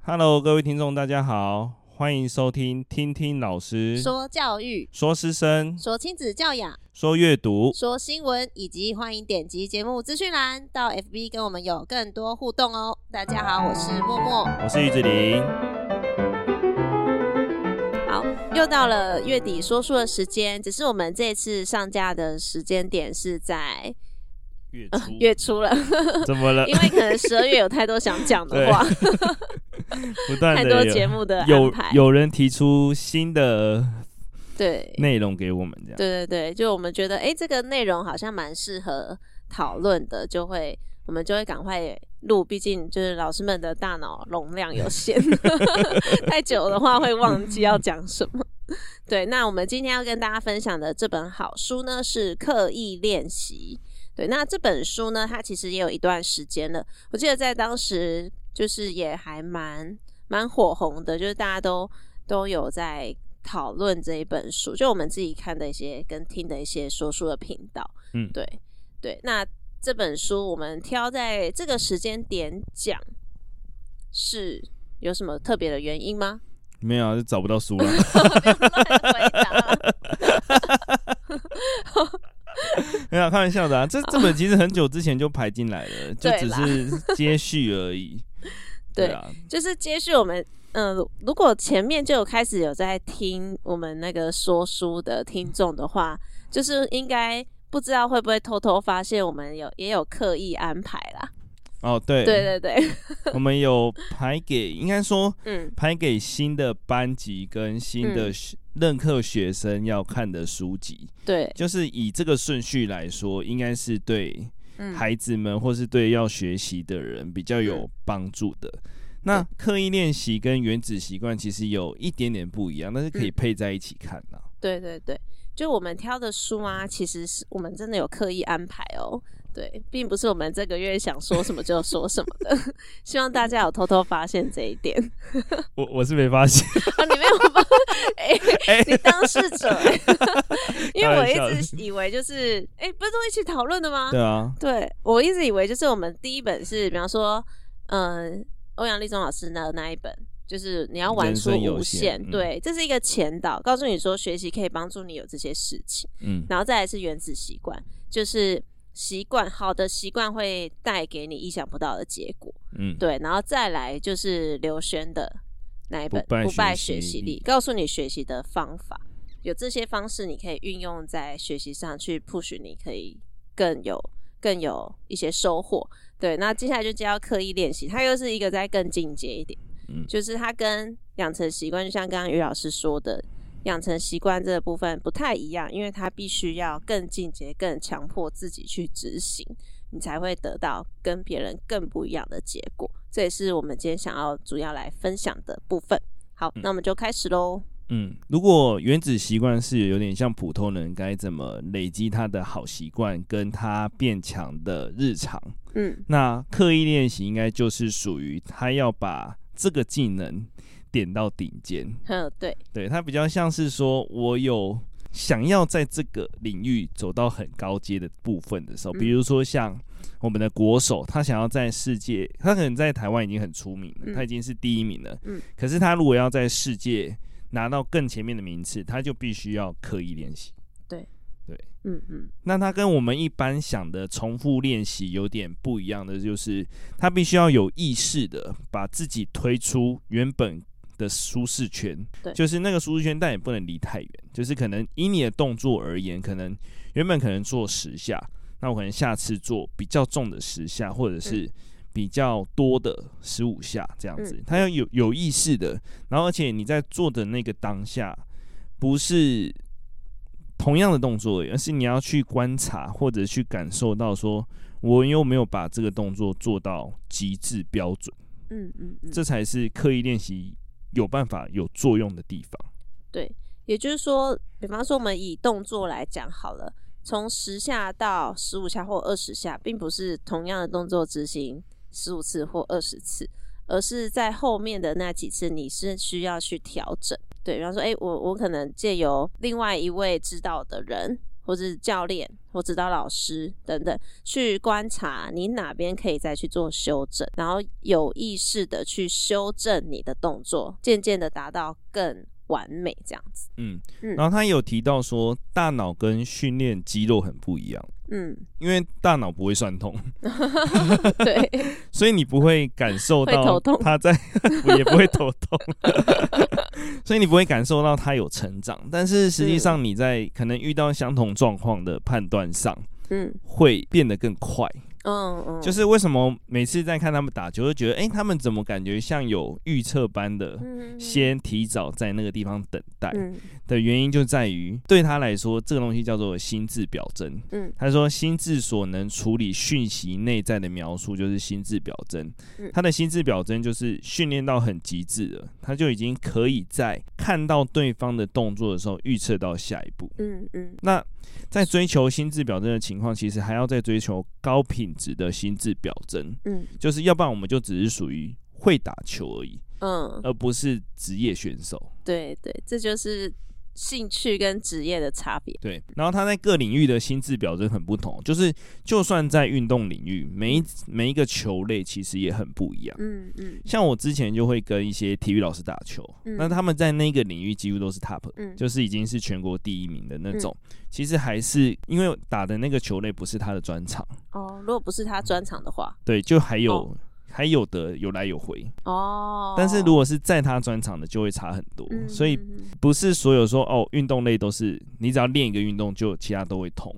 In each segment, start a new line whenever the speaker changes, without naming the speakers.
Hello，各位听众，大家好，欢迎收听听听老师
说教育、
说师生、
说亲子教养、
说阅读。
说新闻，以及欢迎点击节目资讯栏到 FB 跟我们有更多互动哦。大家好，我是默默。
我是玉子玲，
好，又到了月底说书的时间，只是我们这次上架的时间点是在
月 初
月初了，
怎么了？
因为可能十二月有太多想讲的话，
不断
太多
的
节目的安
有
排。
有人提出新的
对
内容给我们，这样
对对对，就我们觉得，哎、这个内容好像蛮适合讨论的，就会我们就会赶快录，毕竟就是老师们的大脑容量 有限，太久的话会忘记要讲什么。对，那我们今天要跟大家分享的这本好书呢是《刻意练习》。对，那这本书呢，它其实也有一段时间了，我记得在当时就是也还蛮蛮火红的，就是大家都都有在讨论这一本书，就我们自己看的一些跟听的一些说书的频道，
嗯
对对。那这本书我们挑在这个时间点讲，是有什么特别的原因吗？
没有啊就找不到书了。
回答，啊
没有开玩笑的啊，这这本其实很久之前就排进来 了，就
哦对
只
啦
是接续而已。
对
啊，
就是接续我们。嗯、如果前面就有开始有在听我们那个说书的听众的话，就是应该不知道会不会偷偷发现我们有也有刻意安排啦。
哦对，
对对对，
我们有排给，应该说
嗯，
排给新的班级跟新的学任课学生要看的书籍，
对，
就是以这个顺序来说，应该是对
嗯，
孩子们或是对要学习的人比较有帮助的。那刻意练习跟原子习惯其实有一点点不一样，但是可以
嗯
配在一起看啊的、
对对对，就我们挑的书啊，其实是我们真的有刻意安排哦。对，并不是我们这个月想说什么就说什么的， 希望大家有偷偷发现这一点。
我我是没发 现，
啊，你没有发？哎、你当事者、 欸，因为
开
我
玩
一
笑
直以为就是，哎、不是都一起讨论的吗？
对啊，
对，我一直以为就是我们第一本是，比方说，嗯、欧阳立中老师的那一本，就是你要玩
人
出
生有
无
限
限，
嗯
对，这是一个前导，告诉你说学习可以帮助你有这些事情，
嗯，
然后再来是原子习惯，就是习惯好的习惯会带给你意想不到的结果，
嗯，
对，然后再来就是刘轩的那一本
不败
不败
学
学
习
习
力
力》，告诉你学习的方法，有这些方式你可以运用在学习上去 push 你可以更有更有一些收获。对，那接下来就教刻意练习，它又是一个再更进阶一点，
嗯
就是它跟养成习惯，就像刚刚于老师说的。养成习惯这个部分不太一样，因为它必须要更进阶、更强迫自己去执行。你才会得到跟别人更不一样的结果。这也是我们今天想要主要来分享的部分。好，那我们就开始喽。
嗯，如果原子习惯是有点像普通人该怎么累积他的好习惯，跟他变强的日常，
嗯，
那刻意练习应该就是属于他要把这个技能点到顶尖，
呵，嗯对，
对他比较像是说我有想要在这个领域走到很高阶的部分的时候，
嗯
比如说像我们的国手，他想要在世界，他可能在台湾已经很出名了，
嗯
他已经是第一名了，
嗯
可是他如果要在世界拿到更前面的名次，他就必须要刻意练习。
嗯嗯
那它跟我们一般想的重复练习有点不一样的，就是它必须要有意识的把自己推出原本的舒适圈，
对
就是那个舒适圈，但也不能离太远，就是可能以你的动作而言，可能原本可能做十下，那我可能下次做比较重的十下，或者是比较多的十五下这样子
嗯，
它要有有意识的，然后而且你在做的那个当下，不是同样的动作而已，而是你要去观察或者去感受到说。我有没有把这个动作做到极致标准？
嗯嗯嗯，
这才是刻意练习有办法有作用的地方。
对。也就是说，比方说我们以动作来讲好了，从十下到十五下或二十下，并不是同样的动作执行十五次或二十次，而是在后面的那几次你是需要去调整。对，比方说，哎、我我可能借由另外一位知道的人，或是教练或指导老师等等，去观察你哪边可以再去做修正，然后有意识的去修正你的动作，渐渐的达到更完美这样子。
嗯，
嗯
然后他也有提到说，大脑跟训练肌肉很不一样，
嗯，
因为大脑不会酸痛，
对，
所以你不会感受
会头
到
痛
他 在，我也不会头痛， 所以你不会感受到他有成长。但是实际上你在可能遇到相同状况的判断上，
嗯
会变得更快。
嗯嗯，
就是为什么每次在看他们打球，就觉得哎、诶他们怎么感觉像有预测般的。
嗯
先提早在那个地方等待
嗯
的原因，就在于对他来说，这个东西叫做心智表征。
嗯
他说，心智所能处理讯息内在的描述就是心智表征
嗯。
他的心智表征就是训练到很极致了，他就已经可以在看到对方的动作的时候预测到下一步。
嗯嗯
那在追求心智表征的情况，其实还要再追求高品质的心智表征，
嗯
就是要不然我们就只是属于会打球而已，
嗯，
而不是职业选手。
对对，这就是兴趣跟职业的差别。
对，然后他在各领域的心智表征很不同，就是就算在运动领域，每一每一个球类其实也很不一样。
嗯嗯
像我之前就会跟一些体育老师打球，
嗯
那他们在那个领域几乎都是 top，
嗯，
就是已经是全国第一名的那种。其实还是因为打的那个球类不是他的专长，
哦，如果不是他专场的话，
对，就还有、
哦
还有的有来有回。
哦，
但是如果是在他专长的，就会差很多。
嗯
所以
嗯嗯
不是所有说哦，运动类都是你只要练一个运动，就其他都会通。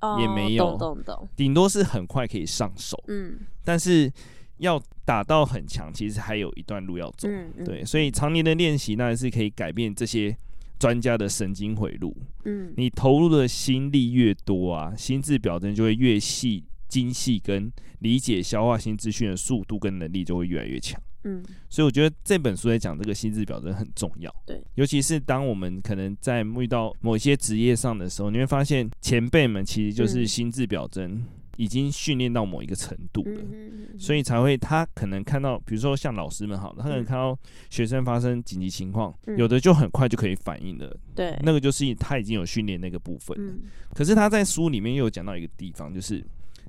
哦
也没有
懂懂懂，
顶多是很快可以上手，
嗯
但是要打到很强，其实还有一段路要走。
嗯，嗯，
对，所以常年的练习当然是可以改变这些专家的神经回路。
嗯
你投入的心力越多啊，心智表征就会越细、精细，跟理解、消化新资讯的速度跟能力就会越来越强。
嗯
所以我觉得这本书在讲这个心智表征很重要。
对，
尤其是当我们可能在遇到某一些职业上的时候，你会发现前辈们其实就是
嗯
心智表征已经训练到某一个程度了。
嗯嗯，
所以才会，他可能看到，比如说像老师们好了，他可能
嗯
看到学生发生紧急情况，
嗯
有的就很快就可以反应了，
以对，
那个就是他已经有训练那个部分了。
嗯
可是他在书里面又有讲到一个地方，就是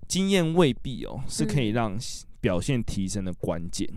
经验未必哦
嗯
是可以让表现提升的关键。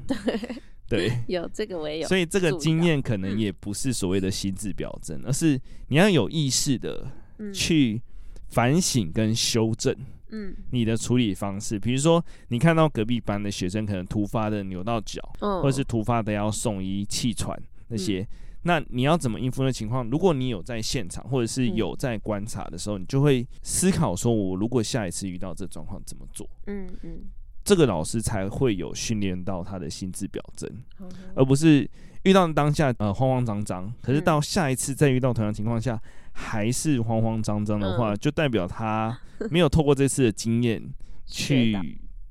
对，
有这个我也有，
所以这个
注意
经
到
验可能
嗯
也不是所谓的心智表征，而是你要有意识的
嗯
去反省跟修正
嗯
你的处理方式。比如说，你看到隔壁班的学生可能突发的扭到脚，
嗯，
或者是突发的要送医气喘那些，那你要怎么应付的情况？如果你有在现场或者是
嗯
有在观察的时候，你就会思考说，我如果下一次遇到这状况怎么做？
嗯嗯，
这个老师才会有训练到他的心智表征。
好好
而不是遇到当下呃慌慌张张，可是
嗯
到下一次再遇到同样情况下还是慌慌张张的话，
嗯
就代表 他没有透过这次的经验
学
去
到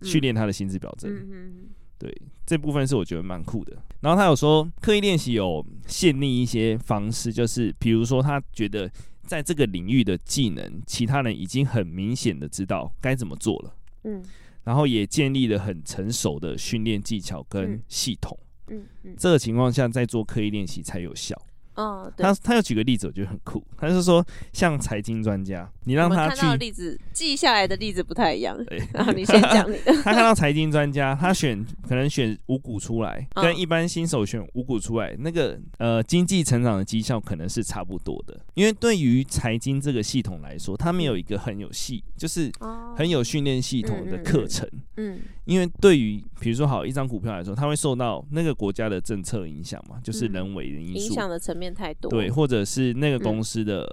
去
嗯
练他的心智表征。
嗯嗯
对，这部分是我觉得蛮酷的。然后他有说，刻意练习有限定一些方式，就是比如说他觉得在这个领域的技能，其他人已经很明显的知道该怎么做了，
嗯
然后也建立了很成熟的训练技巧跟
嗯
系统。
嗯嗯，
这个情况下再做刻意练习才有效。
哦，对
他，他有举个例子，我觉得很酷。他是说，像财经专家，你让
我们
他
看
去
到的，例子记下来的例子不太一样
对，
然后你先讲你的，
他看到财经专家，他选可能选五股出来，
嗯
跟一般新手选五股出来，那个呃经济成长的绩效可能是差不多的。因为对于财经这个系统来说，他们有一个很有系，就是
哦，
很有训练系统的课程。
嗯
因为对于比如说好一张股票来说，它会受到那个国家的政策影响嘛，就是
嗯
人为的因
影
素，
响的层面太多，
对，，或者是那个
嗯
公司的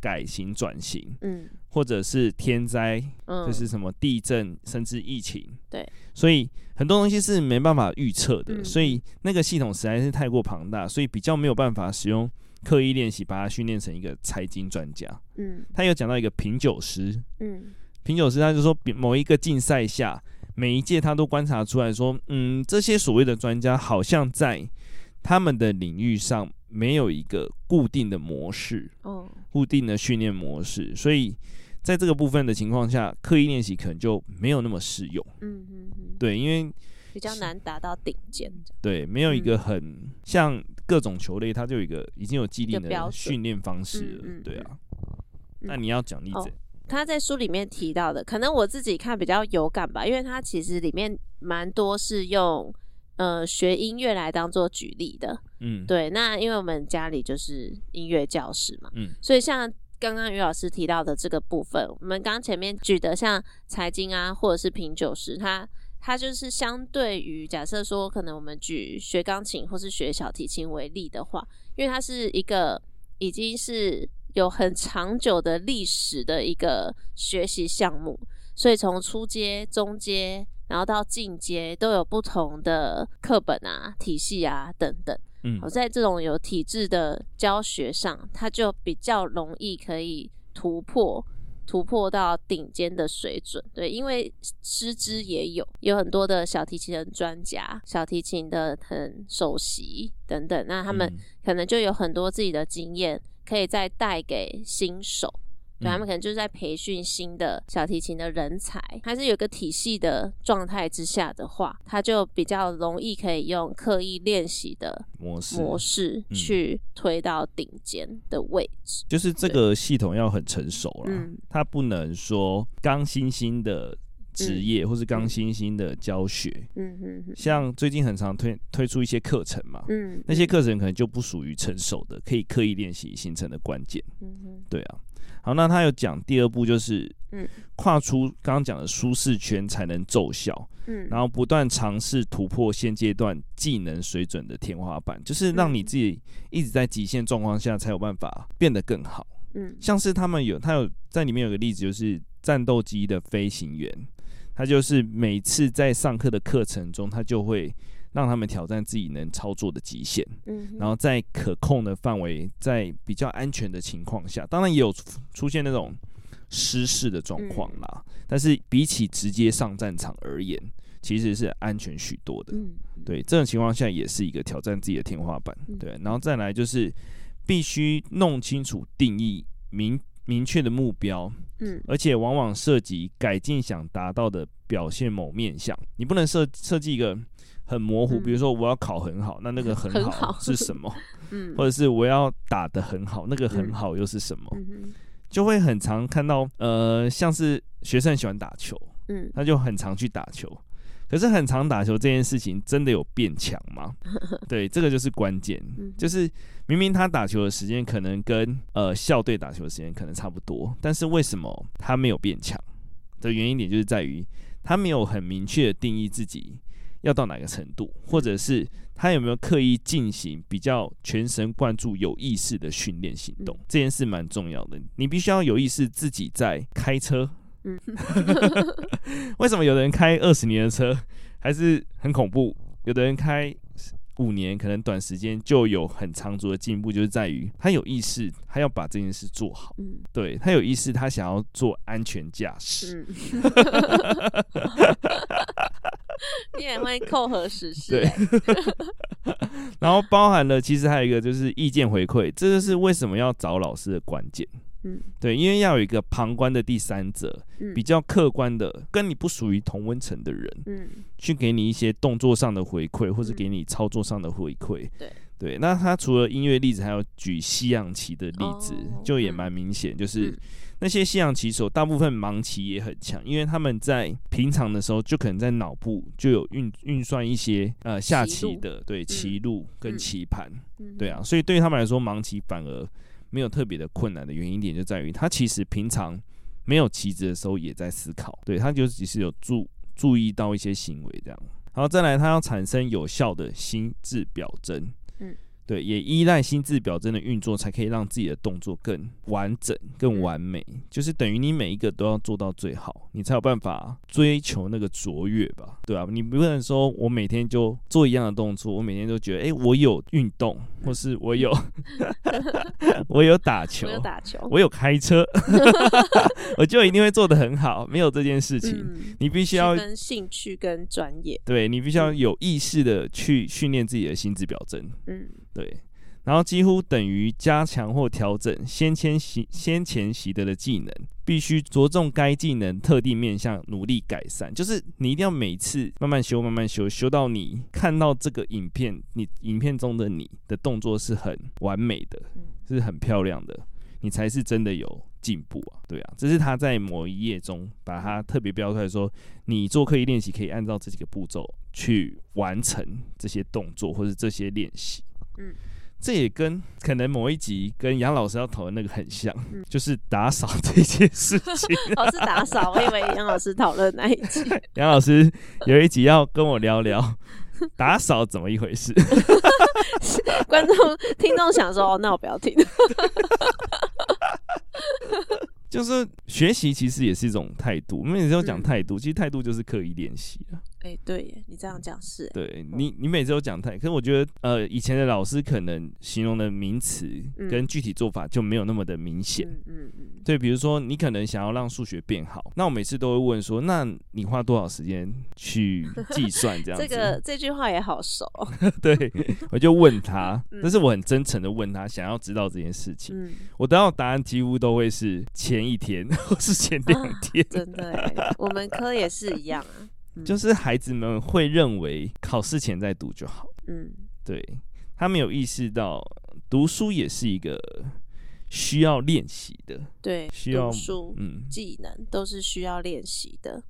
改型转型，
嗯
或者是天灾，
嗯，
就是什么地震，甚至疫情，
对，
所以很多东西是没办法预测的，
嗯
所以那个系统实在是太过庞大，所以比较没有办法使用刻意练习把它训练成一个财经专家。
嗯
他有讲到一个品酒师，
嗯
品酒师他就说，比某一个竞赛下，每一届他都观察出来说，嗯，这些所谓的专家好像在他们的领域上没有一个固定的模式、
哦，
固定的训练模式，所以在这个部分的情况下，刻意练习可能就没有那么适用。
嗯嗯嗯，
对，因为
比较难达到顶尖这样
对没有一
嗯
个很、像各种球类，它就有一个已经有既定
一个标
的
准
训练方式了。
嗯嗯
对啊，那你要奖励
哦
谁？
他在书里面提到的，可能我自己看比较有感吧，因为他其实里面蛮多是用呃学音乐来当做举例的。
嗯，
对，那因为我们家里就是音乐教室嘛，
嗯
所以像刚刚于老师提到的这个部分，我们刚前面举的像财经啊，或者是品酒师，它它就是相对于假设说，可能我们举学钢琴或是学小提琴为例的话，因为它是一个已经是有很长久的历史的一个学习项目，所以从初阶、中阶，然后到进阶都有不同的课本啊、体系啊等等。
嗯
好，在这种有体制的教学上，它就比较容易可以突破，突破到顶尖的水准。对，因为师资也有，有很多的小提琴的专家、小提琴的很首席等等，那他们
嗯
可能就有很多自己的经验，可以再带给新手。对，
嗯
他们可能就是在培训新的小提琴的人才，还是有个体系的状态之下的话，他就比较容易可以用刻意练习的
模式
模式
嗯
去推到顶尖的位置。
就是这个系统要很成熟啦
嗯，
它不能说刚新兴的职业或是刚新兴的教学，
嗯嗯嗯
像最近很常推推出一些课程嘛，
嗯，
那些课程可能就不属于成熟的，可以刻意练习形成的关键。
嗯嗯
对啊，好，那他有讲第二步就是，
嗯
跨出刚刚讲的舒适圈才能奏效，
嗯，
然后不断尝试突破现阶段技能水准的天花板，就是让你
嗯
自己一直在极限状况下才有办法变得更好。
嗯
像是他们有，他有在里面有个例子，就是战斗机的飞行员，他就是每次在上课的课程中，他就会让他们挑战自己能操作的极限。
嗯，
然后在可控的范围，在比较安全的情况下，当然也有出出现那种失事的状况啦。
嗯
但是比起直接上战场而言，其实是安全许多的。
嗯
对，这种情况下也是一个挑战自己的天花板
嗯。
对，然后再来就是必须弄清楚定义明明确的目标，
嗯
而且往往涉及改进想达到的表现某面向。你不能设设计一个很模糊，
嗯
比如说我要考很好，那那个很
很
好
好
是什么？
嗯，
或者是我要打得很好，那个很
嗯
好又是什么？
嗯哼
就会很常看到，呃，像是学生很喜欢打球，
嗯
他就很常去打球。可是很常打球这件事情真的有变强吗？对，这个就是关键
嗯。
就是明明他打球的时间可能跟呃校队打球的时间可能差不多，但是为什么他没有变强？的原因点就是在于他没有很明确的定义自己要到哪个程度，或者是他有没有刻意进行比较全神贯注、有意识的训练行动
嗯，
这件事蛮重要的。你必须要有意识自己在开车。
嗯
为什么有的人开二十年的车还是很恐怖？有的人开五年，可能短时间就有很长足的进步，就是在于他有意识，他要把这件事做好。
嗯
对他有意识，他想要做安全驾驶。
嗯，你也会扣合时事
对
欸，
然后包含了，其实还有一个就是意见回馈，这就是为什么要找老师的关键。
嗯
对，因为要有一个旁观的第三者，
嗯
比较客观的，跟你不属于同温层的人，
嗯
去给你一些动作上的回馈，或是
嗯
给你操作上的回馈。
对
对，那他除了音乐例子，还有举西洋棋的例子，
哦
就也
嗯
蛮明显，就是
嗯
那些西洋棋手大部分盲棋也很强，因为他们在平常的时候就可能在脑部就有运运算一些呃下
棋
棋
路
的对棋路跟
嗯
棋盘，
嗯，
对啊，所以对于他们来说，盲棋反而没有特别的困难的原因点就在于，他其实平常没有棋子的时候也在思考，对他就只是有注注意到一些行为这样。然后再来，他要产生有效的心智表征，
嗯
对，也依赖心智表征的运作，才可以让自己的动作更完整、更
嗯
完美，就是等于你每一个都要做到最好，你才有办法追求那个卓越吧，对啊，你不能说我每天就做一样的动作，我每天都觉得，哎、我有运动，或是我 有我有打球
我，有打球，
我有开车， 我就一定会做得很好，没有这件事情。
嗯，
你必须
去
要
跟兴趣跟专业，
对你必须要
嗯
有意识的去训练自己的心智表征，
嗯
对，然后几乎等于加强或调整先前习先前习得的技能，必须着重该技能特定面向努力改善，就是你一定要每次慢慢修，慢慢修，修到你看到这个影片，你影片中的你的动作是很完美的
嗯，
是很漂亮的。你才是真的有进步啊，对啊，这是他在某一页中把它特别标出来说，你做刻意练习可以按照这几个步骤去完成这些动作或者这些练习，
嗯，
这也跟可能某一集跟杨老师要讨论那个很像，
嗯
就是打扫这件事情。
哦，是打扫，我以为杨老师讨论那一集。
杨老师有一集要跟我聊 聊打扫怎么一回事，
观众、听众想说，哦，那我不要听。
就是学习其实也是一种态度。因为你要讲
嗯
态度，其实态度就是刻意练习啊。
哎、对耶，你这样讲是耶，
对你，你每次都讲态，可是我觉得，呃，以前的老师可能形容的名词
嗯
跟具体做法就没有那么的明显。
嗯嗯嗯，
对，比如说你可能想要让数学变好，那我每次都会问说，那你花多少时间去计算这样子？
这个这句话也好熟哦。
对，我就问他，
嗯
但是我很真诚的问他，想要知道这件事情。
嗯，
我得到答案几乎都会是前一天或是前两
啊
天，
真的耶，我们科也是一样啊。嗯
就是孩子们会认为考试前再读就好，
嗯
对他没有意识到读书也是一个需要练习的，
对，
需要
读书、
嗯，
技能都是需要练习的。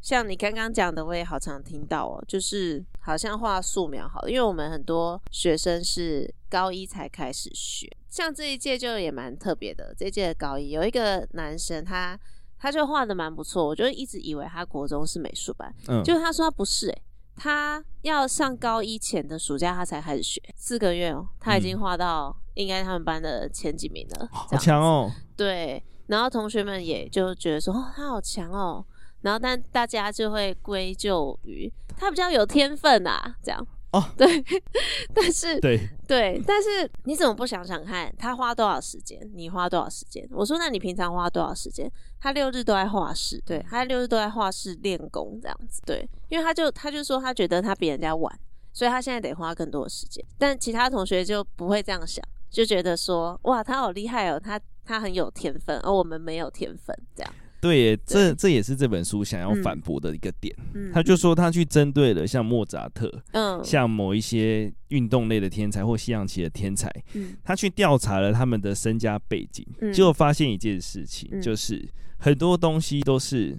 像你刚刚讲的，我也好常听到哦，就是好像画素描好了，因为我们很多学生是高一才开始学，像这一届就也蛮特别的。这一届的高一有一个男生他，他就画的蛮不错，我就一直以为他国中是美术班，
嗯，
就他说他不是、欸，他要上高一前的暑假他才开始学，四个月哦，他已经画到应该他们班的前几名了，这
好
样
强嗯哦，
对，然后同学们也就觉得说，哦，他好强哦。然后，但大家就会归咎于他比较有天分啊，这样
哦，
对。 但是，
对，
对，但是你怎么不想想看，他花多少时间，你花多少时间？我说，那你平常花多少时间？他六日都在画室，对，他六日都在画室练功这样子，对，因为他就他就说他觉得他比人家晚，所以他现在得花更多的时间。但其他同学就不会这样想，就觉得说，哇，他好厉害哦，他他很有天分，而、我们没有天分，这样，
对耶，这这也是这本书想要
嗯
反驳的一个点。
嗯，
他就说他去针对了像莫扎特、
嗯
像某一些运动类的天才或西洋棋的天才，
嗯
他去调查了他们的身家背景，
嗯
结果发现一件事情，
嗯
就是很多东西都是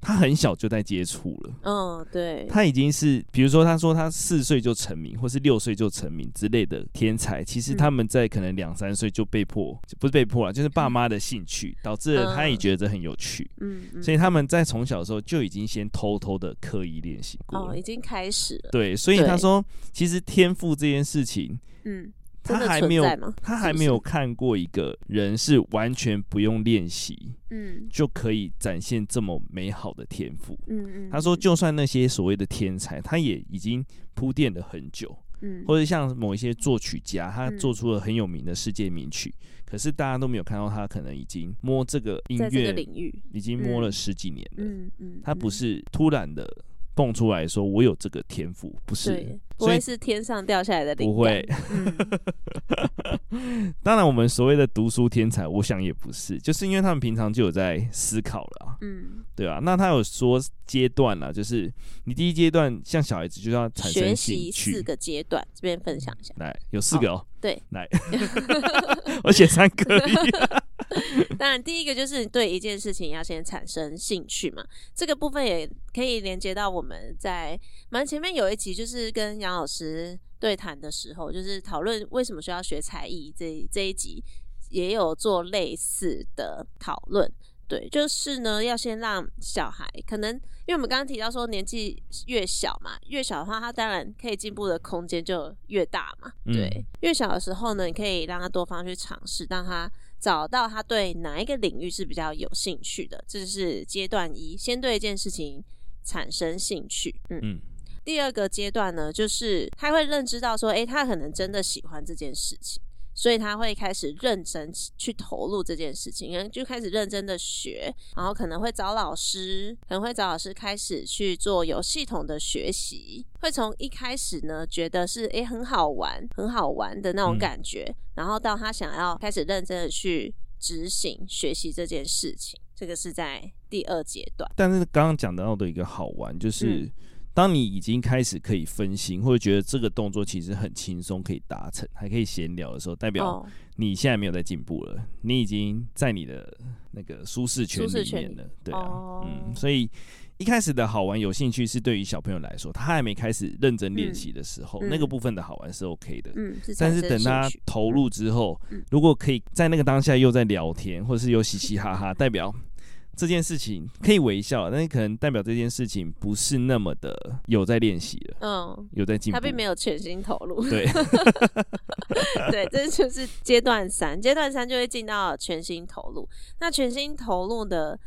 他很小就在接触了。
嗯，对，
他已经是，比如说，他说他四岁就成名，或是六岁就成名之类的天才，其实
嗯
他们在可能两三岁就被迫，不是被迫了，就是爸妈的兴趣，导致了他也觉得很有趣，
嗯嗯，
所
以
以他们在从小的时候就已经先偷偷的刻意练习过了
哦，已经开始了，
对，所以
对
他说，其实天赋这件事情，
嗯，真
他
的
还
存
没有
在吗，
他
是
还
不
没
是
有看过一个人是完全不用练习
嗯
就可以展现这么美好的天赋。
嗯嗯，
他说，
嗯
就算那些所谓的天才，他也已经铺垫了很久，
嗯，
或者像某一些作曲家，他
嗯
做出了很有名的世界名曲，可是大家都没有看到他可能已经摸这个音
在这个
乐，
领域，
已经摸了
嗯
十几年了。
嗯嗯，
他不
嗯
是突然的蹦出来说我有这个天赋，不是
对，，不
所以
会是天上掉下来的灵
不
感，
会。
嗯，
当然，我们所谓的读书天才，我想也不是，就是因为他们平常就有在思考了、啊，
嗯，
对啊，那他有说阶段啦，就是你第一阶段像小孩子就是要 产
学
生
习
兴
四
趣，
个阶段，这边分享一下。
来有四个哦，
对，
来，我写三个 而已，
当然，第一个就是你对一件事情要先产生兴趣嘛，这个部分也可以连接到我们在蛮前面有一集，就是跟杨老师对谈的时候，就是讨论为什么需要学才艺这这一集，也有做类似的讨论。对，就是呢，要先让小孩可能，因为我们刚刚提到说年纪越小嘛，越小的话，他当然可以进步的空间就越大嘛。
嗯
对，越小的时候呢，你可以让他多方去尝试，让他找到他对哪一个领域是比较有兴趣的，这是阶段一，先对一件事情产生兴趣。嗯，
嗯
第二个阶段呢，就是他会认知到说，诶，他可能真的喜欢这件事情。所以他会开始认真去投入这件事情，然后就开始认真的学，然后可能会找老师，可能会找老师开始去做有系统的学习，会从一开始呢觉得是诶很好玩、很好玩的那种
嗯
感觉，然后到他想要开始认真的去执行学习这件事情，这个是在第二阶段。
但是刚刚讲到的一个好玩，就是
嗯
当你已经开始可以分心，或者觉得这个动作其实很轻松可以达成，还可以闲聊的时候，代表
哦，
你现在没有在进步了，你已经在你的那个舒适圈
舒适
里
圈
面
里
了。对啊，
哦
嗯，所以一开始的好玩有兴趣是对于小朋友来说，他还没开始认真练
嗯
习的时候，
嗯
那个部分的好玩是 OK 的。
嗯，是
但
产
是
生
等他
兴趣
投入之后
嗯，
如果可以在那个当下又在聊天，或者是又嘻嘻哈 哈，代表这件事情可以微笑，但是可能代表这件事情不是那么的有在练习了，
嗯，
有在进步。
他并没有全心投入，
对
对，这就是阶段三，阶段三就会进到全心投入。那全心投入的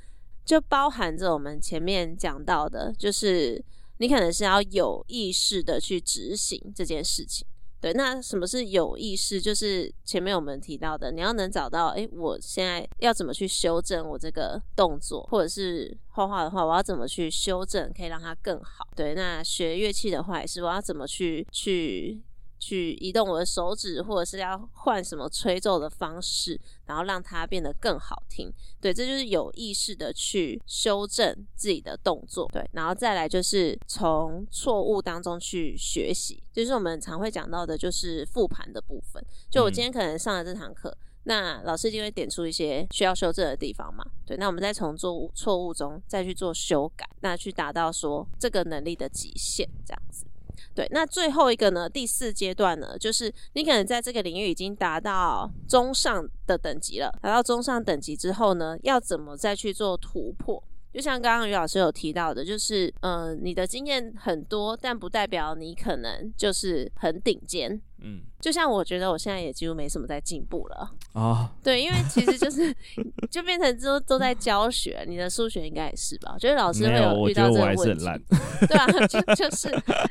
就包含着我们前面讲到的，就是你可能是要有意识的去执行这件事情。对，那什么是有意识？就是前面我们提到的，你要能找到，诶，我现在要怎么去修正我这个动作，或者是画画的话，我要怎么去修正，可以让它更好。对，那学乐器的话，也是我要怎么去去去移动我的手指，或者是要换什么吹奏的方式，然后让它变得更好听。对，这就是有意识的去修正自己的动作。对，然后再来就是从错误当中去学习，就是我们常会讲到的，就是复盘的部分。就我
嗯
今天可能上了这堂课。那老师一定会点出一些需要修正的地方嘛？对，那我们再从错误错误中再去做修改，那去达到说这个能力的极限，这样子。对，那最后一个呢，第四阶段呢，就是你可能在这个领域已经达到中上的等级了，达到中上等级之后呢，要怎么再去做突破？就像刚刚于老师有提到的，就是呃，你的经验很多，但不代表你可能就是很顶尖。
嗯
就像我觉得我现在也几乎没什么在进步了，
啊，
对，因为其实就是 就变成都都在教学，你的数学应该也是吧？我觉得老师
没
会
有，我
遇
觉
到
得
这个
我还
问
是
题
很，烂。
对啊，就就是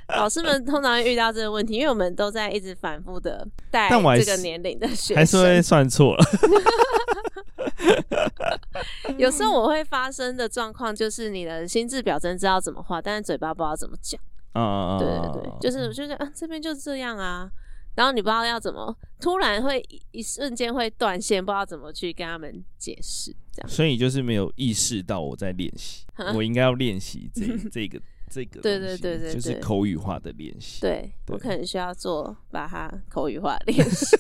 老师们通常会遇到这个问题，因为我们都在一直反复的带
但我还
这个
是
年龄的学
还是会
生。
算错了。
有时候我会发生的状况就是你的心智表征知道怎么画，但是嘴巴不知道怎么讲。
啊啊啊！
对对对，就是我就觉得啊，这边就这样啊，然后你不知道要怎么，突然会一一瞬间会断线，不知道怎么去跟他们解释这样。
所以就是没有意识到我在练习，我应该要练习 这这个这个东西，
对对对对
就是
对
口语化的练习。
对我
对
可能需要做把它口语化练习，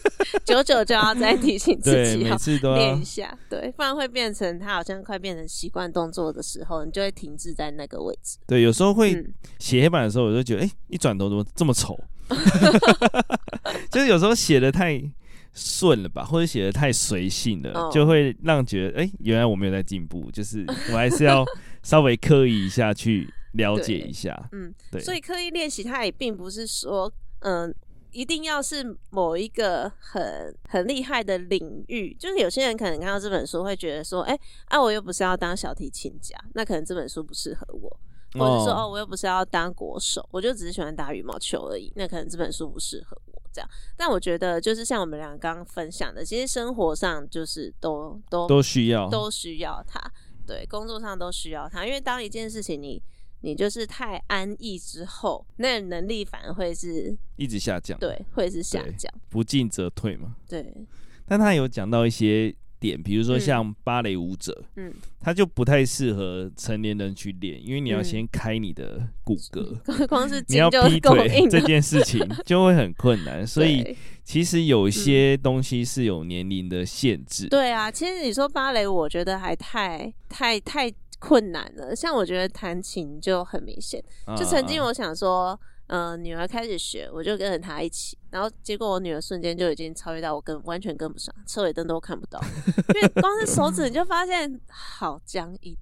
久久就要再提醒自
对，
己哦
每
要
次都要
练一下，对，不然会变成他好像快变成习惯动作的时候，你就会停滞在那个位置。
对，有时候会
嗯
写黑板的时候，我就觉得，哎、一转头怎么这么 丑？就是有时候写的太顺了吧，或者写的太随性了，
哦
就会让觉得，哎、原来我没有在进步，就是我还是要稍微刻意一下去了解一下。
嗯，
对，
所以刻意练习，它也并不是说，嗯，一定要是某一个很很厉害的领域。就是有些人可能看到这本书会觉得说，哎、啊，我又不是要当小提琴家，那可能这本书不适合我。或者是说，哦，我又不是要当国手，我就只是喜欢打羽毛球而已。那可能这本书不适合我这样。但我觉得，就是像我们俩刚刚分享的，其实生活上就是都都
哦都需要，
都需要它，对，工作上都需要它，因为当一件事情你你就是太安逸之后，那能力反而会是
一直下降，，
对，会是下
对
降，
不进则退嘛。
对，
但他有讲到一些点，比如说
嗯
像芭蕾舞者，
嗯，
他就不太适合成年人去练，因为你要
嗯
先开你的骨骼。
光光是
你
筋
要
就
劈
够
腿
硬
这
了，
件事 情就会很困难，所以
对
其实有些东西是有年龄的限制。
对啊，其实你说芭蕾，我觉得还太太太困难了，像我觉得弹琴就很明显。
啊，
就曾经
啊
我想说，嗯、女儿开始学，我就跟着她一起，然后结果我女儿瞬间就已经超越到我跟完全跟不上，车尾灯都看不到，因为光是手指你就发现好僵硬，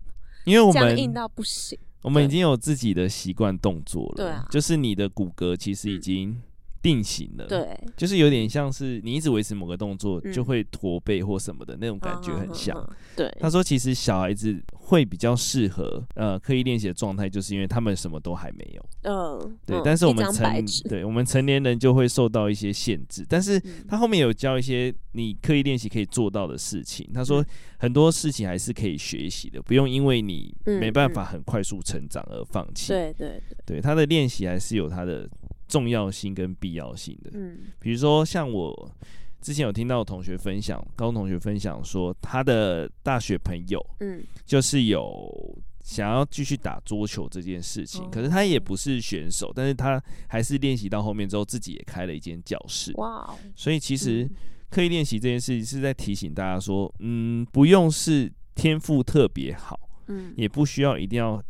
因为我
僵硬
们
到不行。
我们已
对
经有自己的习惯动作了，
对啊
就是你的骨骼其实已
嗯
经定型了，，
对，
就是有点像是你一直维持某个动作
嗯
就会驼背或什么的那种感觉很像
嗯。嗯嗯对，
他说，其实小孩子会比较适合呃刻意练习的状态，就是因为他们什么都还没有。
嗯，
对，
嗯
但是我
一
们
张白
成
纸，
对我们成年人就会受到一些限制，但是
嗯
他后面有教一些你刻意练习可以做到的事情。他说
嗯
很多事情还是可以学习的，不用因为你
嗯
没办法很快速成长而放弃。
对对对，
对，他的练习还是有它的重要性跟必要性的。
嗯
比如说像我之前有听到同学分享，高中同学分享说，他的大学朋友
嗯
就是有想要继续打桌球这件事情，
哦
可是他也不是选手，但是他还是练习到后面之后，自己也开了一间教室。
哇哦，
所以其实
嗯
刻意练习这件事情是在提醒大家说，嗯，不用是天赋特别好，
嗯，
也不需要一定要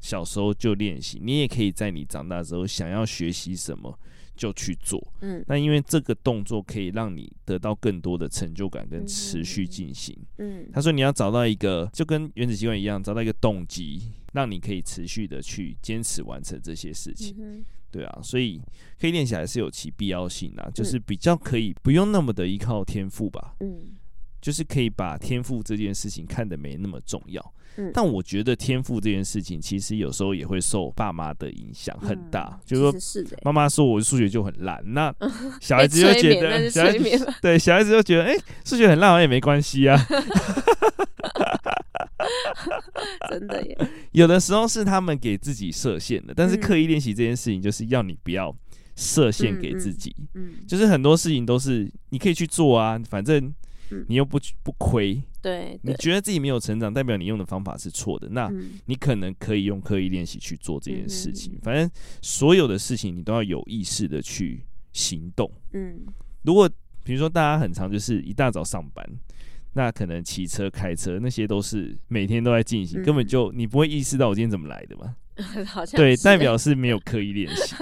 小时候就练习，你也可以在你长大之后想要学习什么就去做。
嗯
那因为这个动作可以让你得到更多的成就感跟持续
嗯
进行。
嗯
他说你要找到一个就跟原子习惯一样，找到一个动机，让你可以持续的去坚持完成这些事情。
嗯
对啊，所以可以练起来是有其必要性啊，就是
嗯
比较可以不用那么的依靠天赋吧，
哼嗯
就是可以把天赋这件事情看得没那么重要。
嗯
但我觉得天赋这件事情，其实有时候也会受爸妈的影响很大
嗯，
就是说
其实是的，
妈妈说我数学就很烂，那 小孩
被
子就
催
觉
眠那
得
是
小孩
催
子
眠了，
对小孩子就觉得哎数、学很烂好像也没关系啊。
真的耶，
有的时候是他们给自己设限的，但是
嗯
刻意练习这件事情就是要你不要设限给自己，
嗯，
就是很多事情都是你可以去做啊，反正
嗯
你又不不亏，
对
你
对，
觉得自己没有啊成长，代表你用的方法是错的，那
嗯
你可能可以用刻意练习去做这件事情
嗯嗯，
反正所有的事情你都要有意识的去行动。
嗯
如果比如说大家很常就是一大早上班，那可能骑车、开车那些都是每天都在进行，
嗯
根本就你不会意识到我今天怎么来的 嘛。
好像
对，
是
代表是没有刻意练习，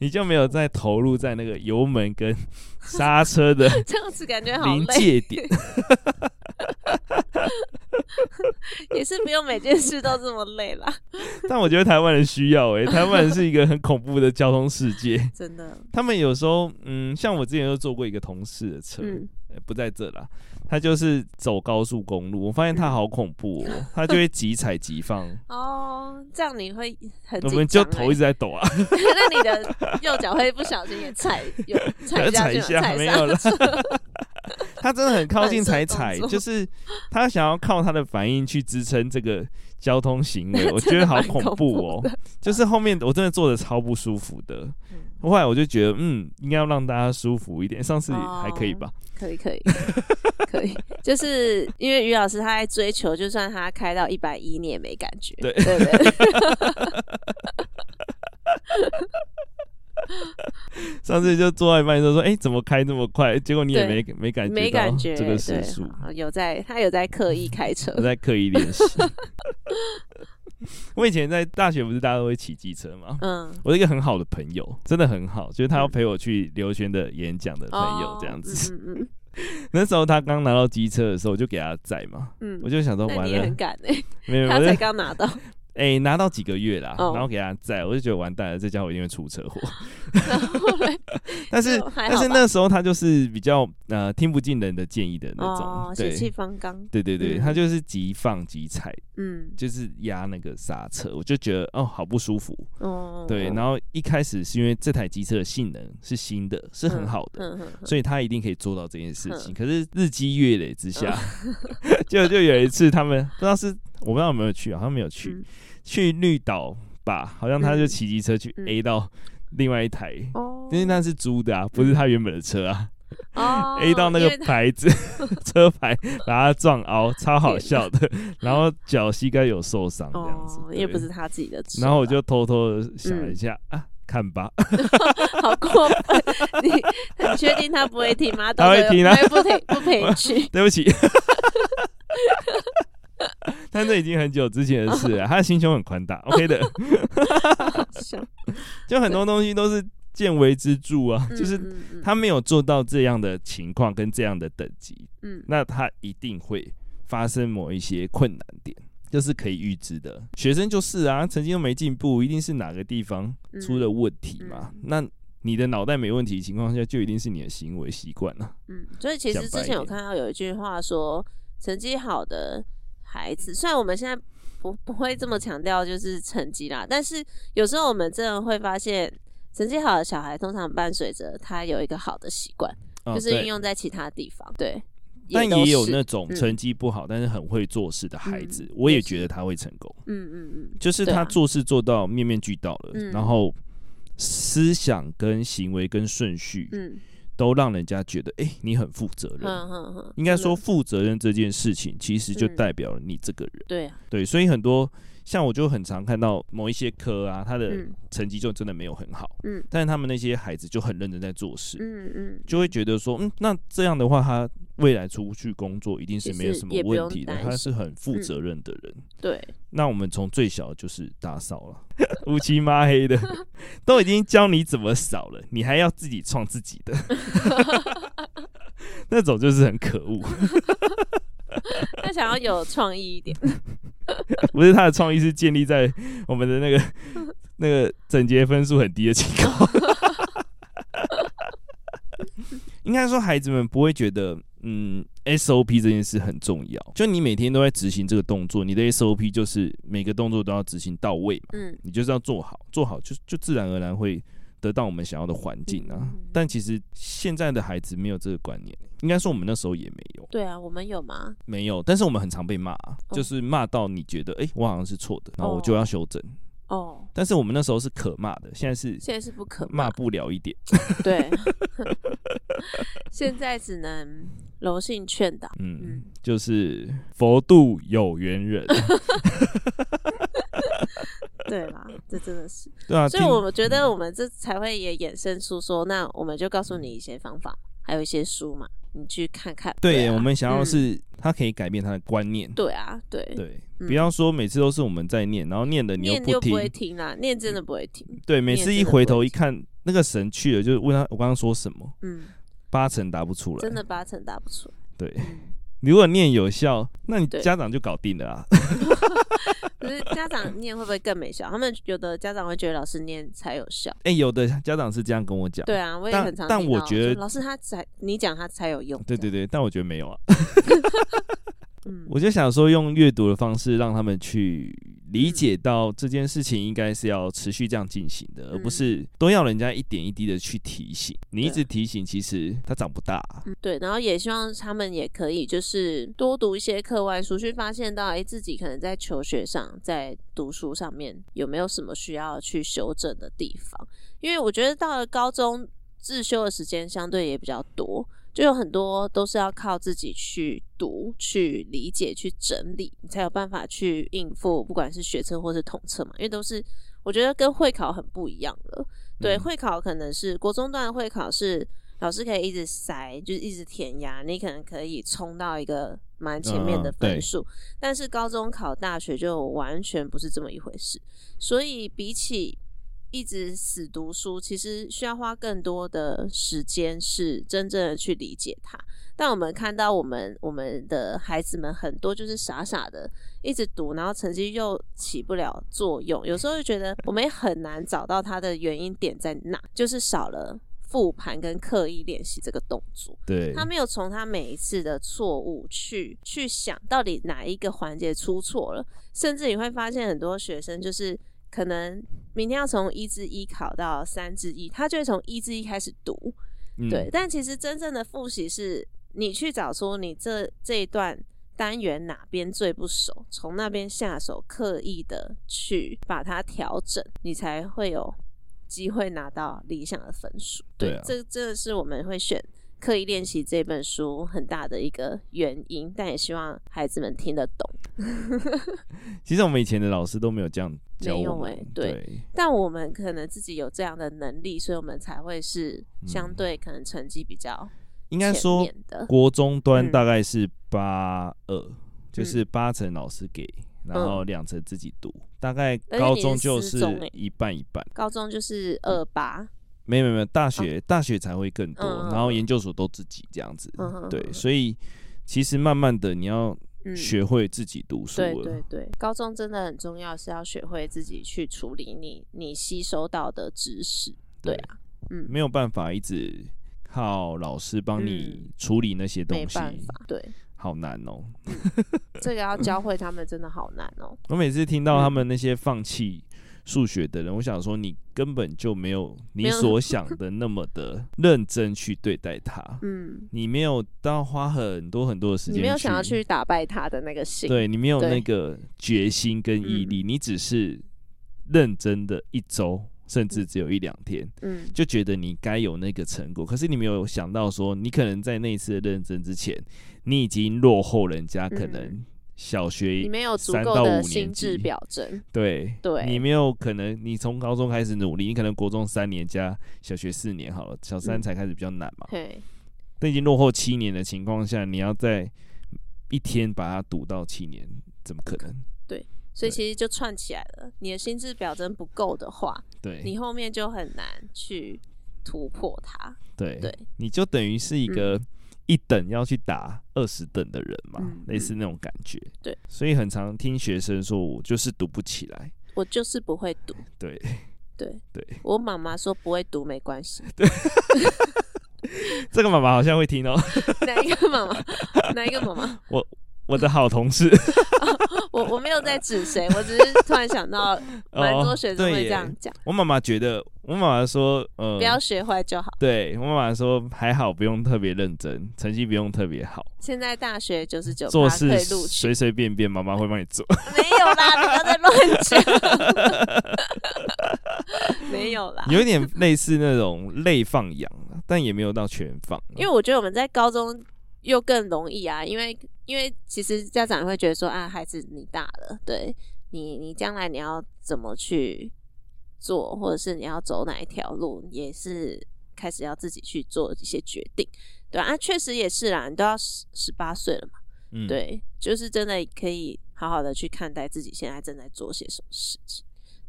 你就没有在投入在那个油门跟刹车的
这样子感觉好
临
累，
界点。
也是不用每件事都这么累啦，
但我觉得台湾人需要诶、台湾人是一个很恐怖的交通世界。
真的，
他们有时候，嗯，像我之前就坐过一个同事的车，
嗯
呃不在这啦，他就是走高速公路，我发现
嗯
他好恐怖哦，他就会急踩急 放，
哦，这样你会很
我
紧
们就
张
头一直在抖 啊，
欸那你的右脚会不小心也踩 有踩
踩
去
一
吗
下
踩
没
上
有了。他真的很靠近才踩，
反射动
就
作
是他想要靠他的反应去支撑这个交通行 为，我觉得好恐怖哦。就是后面我真的坐的超不舒服的，
嗯
后来我就觉得嗯，应该要让大家舒服一点。上次还可以吧？
可以可以可以，就是因为于老师他在追求，就算他开到一百一，你也没感觉。
对
对对，
上次就坐在一半就说，哎、怎么开这么快？结果你也
对
没没感觉
没
到
感觉。
这个时
对，
速。
好有在他有在刻意开车
我。 在刻意练习。我以前在大学不是大家都会骑机车吗？
嗯，
我有一个很好的朋友，真的很好，就是他要陪我去刘轩的演讲的朋友
哦
这样子。
嗯嗯
那时候他刚拿到机车的时候，我就给他载嘛，
嗯
我
嗯，
就想说
那
完
你也
了
很，敢 哎，
没有，
他
我就
才刚拿到，
哎、拿到几个月啦，
哦
然后给他载，我就觉得完蛋了，这家伙一定会出车 祸。
然后嘞
但是
就还好
但是
吧
那时候他就是比较呃听不进人的建议的那种，
哦，血气
对。
方刚，
对对对，
嗯
他就是急放急踩，
嗯
就是压那个刹车，我就觉得哦好不舒服，
哦，
对，然后一开始是因为这台机车的性能是新的，是很好的，
嗯嗯嗯
所以他一定可以做到这件事情。
嗯
可是日积月累之下， 就就有一次他们不知道是我不知道有没有去，好像没有去、
嗯
去绿岛吧，好像他就
嗯
骑机车去
嗯
A 到另外一台。
哦，
因为那是租的啊，不是他原本的车啊。
哦
A 到那
因
个
为他
牌子 车牌，把他撞凹，超好笑的。然后脚膝盖有受伤这样子
哦，，也
对
不是他自己的嗯车啦。
然后我就偷偷的想了一下、啊，看吧，
好过分！你很确定他不会听吗？
他会
都是
听啊。
不会不陪不陪你去
对不起。但这已经很久之前的事 了，他的心胸很宽大，OK 的。就很多东西都是见微知著啊，就是
嗯嗯
他没有做到这样的情况跟这样的等级，
嗯
那他一定会发生某一些困难点，就是可以预知的。学生就是啊，曾经都没进步，一定是哪个地方
嗯
出了问题嘛。那你的脑袋没问题的情况下，就一定是你的行为习惯了。
嗯，所以其实之前有看到有一句话说，成绩好的孩子，虽然我们现在不不会这么强调就是成绩啦，但是有时候我们真的会发现，成绩好的小孩通常伴随着他有一个好的习惯，
嗯
就是
对
运用在其他地方。对，
但
都
也有
是
那种
嗯
成绩不好、但是很会做事的孩子，
嗯
我也
也是
觉得他会成功，
嗯嗯嗯，
就是
对
他
啊
做事做到面面俱到了，
嗯
然后思想跟行为跟顺序
嗯
都让人家觉得，哎、你很负责任。
嗯嗯嗯，
应该
真的
说，负责任这件事情，其实就
嗯
代表了你这个人。
对啊，
对，所以很多像我就很常看到某一些科啊，他的
嗯
成绩就真的没有很好，
嗯
但是他们那些孩子就很认真在做事，
嗯嗯，
就会觉得说，嗯，那这样的话，他未来出去工作一定是
其
没有
实
什么
也不
问
用
题的，
担
他是
心
很负
嗯
责任的人。
对，
那我们从最小就是打扫了， 乌漆抹黑的， 都已经教你怎么扫了，你还要自己创自己的， 那种就是很可恶。
他想要有创意一点，
不是他的创意是建立在我们的那个那个整洁分数很低的情况。应该说，孩子们不会觉得，嗯，SOP 这件事很重要。就你每天都在执行这个动作，你的 SOP 就是每个动作都要执行到位嘛，
嗯，
你就是要做好，做好就就自然而然会得到我们想要的环境啊
嗯。
但其实现在的孩子没有这个观念，应该说我们那时候也没有，
对啊，我们有吗？
没有。但是我们很常被骂啊，
哦
就是骂到你觉得，哎、我好像是错的，然后我就
哦
要修正。
哦，
但是我们那时候是可骂的，现在是
现在是不可
骂不了一点。
对，现在只能柔性劝导。
嗯
嗯，
就是佛度有缘 人，
对啦，这真的是，
对啊。
所以
听
我觉得我们这才会也衍生出说，那我们就告诉你一些方法，还有一些书嘛，你去看看。
对
啊
我们想要
嗯
是他可以改变他的观念，
对啊，对，
对，
嗯
不要说每次都是我们在念，然后念的你
念
不
就不
听
会，听啦，念真的不会听。
对，每
念
次一
真
回
的不会
头一
听
看，那个神去了，就是问他我刚刚说什么，
嗯，
八成答不出来，
真的八成答不出来。
对。
嗯
如果念有效，那你
对
家长就搞定了啊。
可是家长念会不会更没效？他们有的家长会觉得老师念才有效。
哎、有的家长是这样跟我讲，
对啊，我也
但
很常听到。
但我觉得
说老师他才你讲他才有用。
对对
对，
对，但我觉得没有啊。
嗯，
我就想说，用阅读的方式让他们去
嗯
理解到这件事情应该是要持续这样进行的，
嗯
而不是都要人家一点一滴的去提醒。你一直提醒，其实他长不大啊、
嗯对，然后也希望他们也可以就是多读一些课外书，去发现到哎自己可能在求学上、在读书上面有没有什么需要去修正的地方。因为我觉得到了高中，自修的时间相对也比较多，就有很多都是要靠自己去读、去理解、去整理，你才有办法去应付，不管是学测或是统测嘛，因为都是我觉得跟会考很不一样了。对，
嗯
会考可能是国中段的会考是老师可以一直塞，就是一直填鸭，你可能可以冲到一个蛮前面的
嗯对
分数，但是高中考大学就完全不是这么一回事。所以比起一直死读书，其实需要花更多的时间是真正的去理解它。但我们看到我们我们的孩子们很多就是傻傻的一直读，然后成绩又起不了作用，有时候就觉得我们也很难找到它的原因点在哪，就是少了复盘跟刻意练习这个动作。
对，
他没有从他每一次的错误去去想到底哪一个环节出错了，甚至你会发现很多学生就是可能明天要从一至一考到三至一，他就会从一至一开始读，
嗯
对，，但其实真正的复习是你去找出你这这一段单元哪边最不熟，从那边下手，刻意的去把它调整，你才会有机会拿到理想的分数。
对啊
这真的是我们会选。刻意练习这本书很大的一个原因，但也希望孩子们听得懂。
其实我们以前的老师都没有这样教
没有
我们，
欸
对
对但我们可能自己有这样的能力，所以我们才会是相对可能成绩比较
嗯应
应
该说
的，
国中端
嗯
大概是八二、就是八成老师给，然后两成自己读，大概
嗯而且
高
你
中
是
就
私
是
中欸
一半一半。
高中就是二八、
没有没有没有，大学、大学才会更多，
哦嗯嗯
然后
嗯
研究所都自己这样子，
嗯嗯
对，
嗯
所以其实慢慢的你要
嗯
学会自己读书了，
对对对，高中真的很重要，是要学会自己去处理你你吸收到的知识。对啊，嗯，
没有办法一直靠老师帮你处理那些东
嗯没
西，
办法，对，
好难哦、
这个要教会他们真的好难哦。
我每次听到
嗯
他们那些放弃数学的人，我想说你根本就没有你
没有
所想的那么的认真去对待它，
嗯，
你没有到花很多很多的时
你
间，
没有想要去打败他的那个心。
对你没有
对嗯
那个决心跟毅力，你只是认真的一周甚至只有一两天，
嗯，
就觉得你该有那个成果。可是你没有想到说，你可能在那一次的认真之前，你已经落后人家可能
嗯
小学、
你没有足
三
够
到
的
五
心
年
智
级
表征，
对
对
你没有可能，你从高中开始努力，你可能国中三年加小学四年好了，小三
嗯
才开始比较难嘛。
对，
那、已经落后七年的情况下，你要在一天把它读到七年，怎么可能？
所以
对
其实就串起来了。你的心智表征不够的话，
对，
你后面就很难去突破它。
对
对，
你就等于是一个一等要去打二十等的人嘛，
嗯
类似那种感觉。
对，
所以很常听学生说，我就是读不起来。
我就是不会读，
对，
对
对，
我妈妈说不会读没 关系。
这个妈妈好像会听哦，
哪一个妈妈？哪一个妈妈？
我的好同事
我我没有在指谁，我 只是突然想到， 蛮多
哦
学生
对
会
耶
这样讲，
我妈妈觉得，我妈妈说，呃，
不要学坏就好。
对我妈妈说还好，不用特别认真，成绩不用特别好，
现在大学九十九
做
趴
事
可以录取，
随随便便，妈妈会帮你 做。
没有啦，你不要再乱讲， 没有啦。
有一点类似那种类放养啊，但也没有到全放。啊
因为我觉得我们在高中又更容易啊，因为因为其实家长会觉得说啊，孩子你大了，对你你将来你要怎么去做，或者是你要走哪一条路，也是开始要自己去做一些决定，对啊，啊确实也是啦，你都要十十八岁了嘛，
嗯，
对，就是真的可以好好的去看待自己现在正在做些什么事情，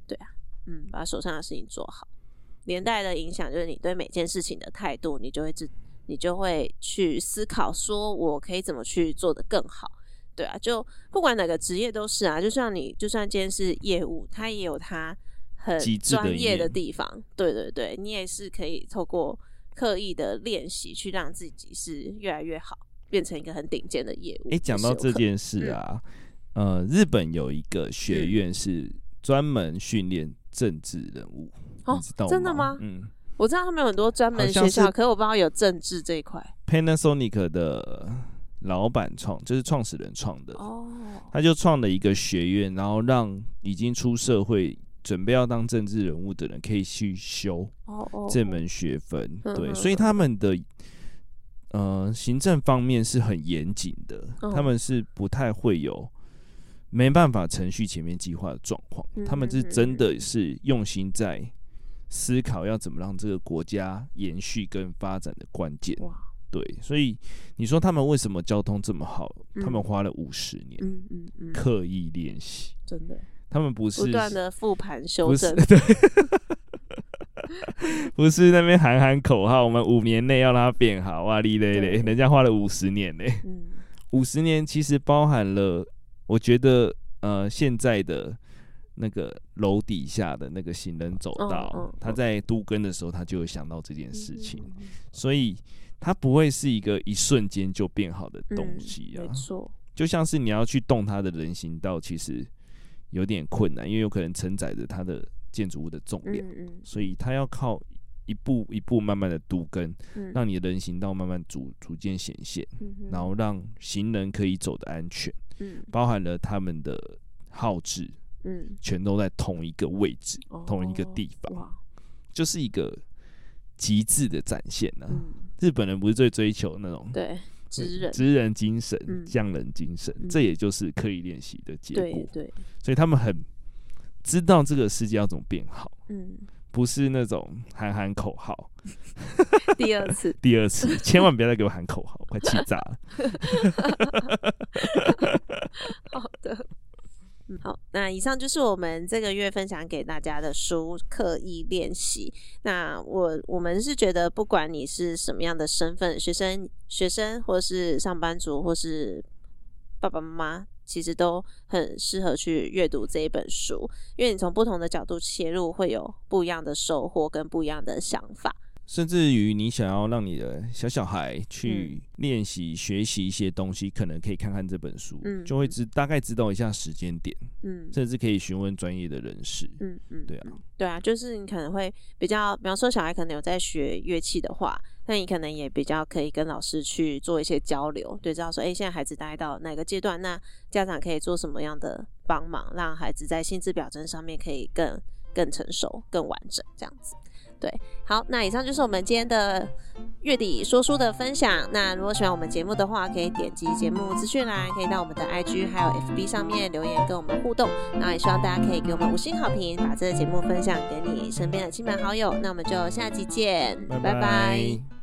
对啊，嗯，把手上的事情做好。连带的影响就是你对每件事情的态度，你就会知，你就会去思考，说我可以怎么去做得更好，对啊，就不管哪个职业都是啊，就像你，就算今天是业务，它也有它很
极致的
专
一
业的
面
地方，对对对，你也是可以透过刻意的练习，去让自己是越来越好，变成一个很顶尖的业务。
诶，讲
也
到
是有
这
可能，
件事啊，呃，日本有一个学
嗯
院是专门训练政治人物，
哦
你知道
真的吗
嗯
我知道他们有很多专门
好像
学校，
是
可是我不知道有政治这一块
，Panasonic 的老板创就是创始人创的，
哦。
他就创了一个学院，然后让已经出社会。准备要当政治人物的人可以去修
哦哦，
这
哦
门学分，
嗯
对，
嗯
所以他们的呃行政方面是很严谨的，
嗯
他们是不太会有没办法程序前面计划的状况，
嗯
他们是
嗯嗯
真的是用心在思考要怎么让这个国家延续跟发展的关键。
哇，
对，所以你说他们为什么交通这么好？
嗯
他们花了五十年、
嗯嗯嗯，
刻意练习，
真的
他们不是
不断的复盘修
不是
正，
对，不是那边喊喊口号，我们五年内要让它变好哇哩嘞嘞，
对
人家花了五十年嘞，
嗯
五十年其实包含了，我觉得呃现在的。那个楼底下的那个行人走
嗯
道，
嗯
他
嗯
在都更的时候，他就有想到这件
嗯
事情，
嗯嗯
所以它不会是一个一瞬间就变好的东
嗯
西啊。
没错，
就像是你要去动它的人行道，其实有点困难，因为有可能承载着它的建筑物的重量，
嗯
所以它要靠一步一步慢慢的读根，
嗯嗯
让你的人行道慢慢逐逐渐显现，
嗯，
然后让行人可以走的安全，
嗯
包含了他们的好志，
嗯
全都在同一个位置、同一个
哦
地方，
哇，
就是一个极致的展现呢、
嗯
日本人不是最追求那种
对，职人，
职人精神、
嗯
匠人精神，
嗯
这也就是刻意练习的结
对
果。
对，
所以他们很知道这个世界要怎么变好，
嗯，
不是那种喊喊口号。
第二次
第二次， 千万不要再给我喊口号，快气炸了。
好的。嗯好，那以上就是我们这个月分享给大家的书《刻意练习》。那我我们是觉得，不管你是什么样的身份，学生、学生，或是上班族，或是爸爸妈妈，其实都很适合去阅读这一本书，因为你从不同的角度切入，会有不一样的收获跟不一样的想法。
甚至于你想要让你的小小孩去练习、学习一些东西，可能可以看看这本书，
嗯
就会知大概知道一下时间点，
嗯，
甚至可以询问专业的人士。
嗯嗯，
对啊
嗯，对啊，就是你可能会比较，比方说小孩可能有在学乐器的话，那你可能也比较可以跟老师去做一些交流，就知道说，哎、现在孩子大概到哪个阶段，那家长可以做什么样的帮忙，让孩子在心智表征上面可以更更成熟、更完整这样子。对，好，那以上就是我们今天的月底说书的分享。那如果喜欢我们节目的话，可以点击节目资讯栏，可以到我们的 IG 还有 FB 上面留言跟我们互动。那也希望大家可以给我们五星好评，把这个节目分享给你身边的亲朋好友。那我们就下集见，
拜
拜拜
拜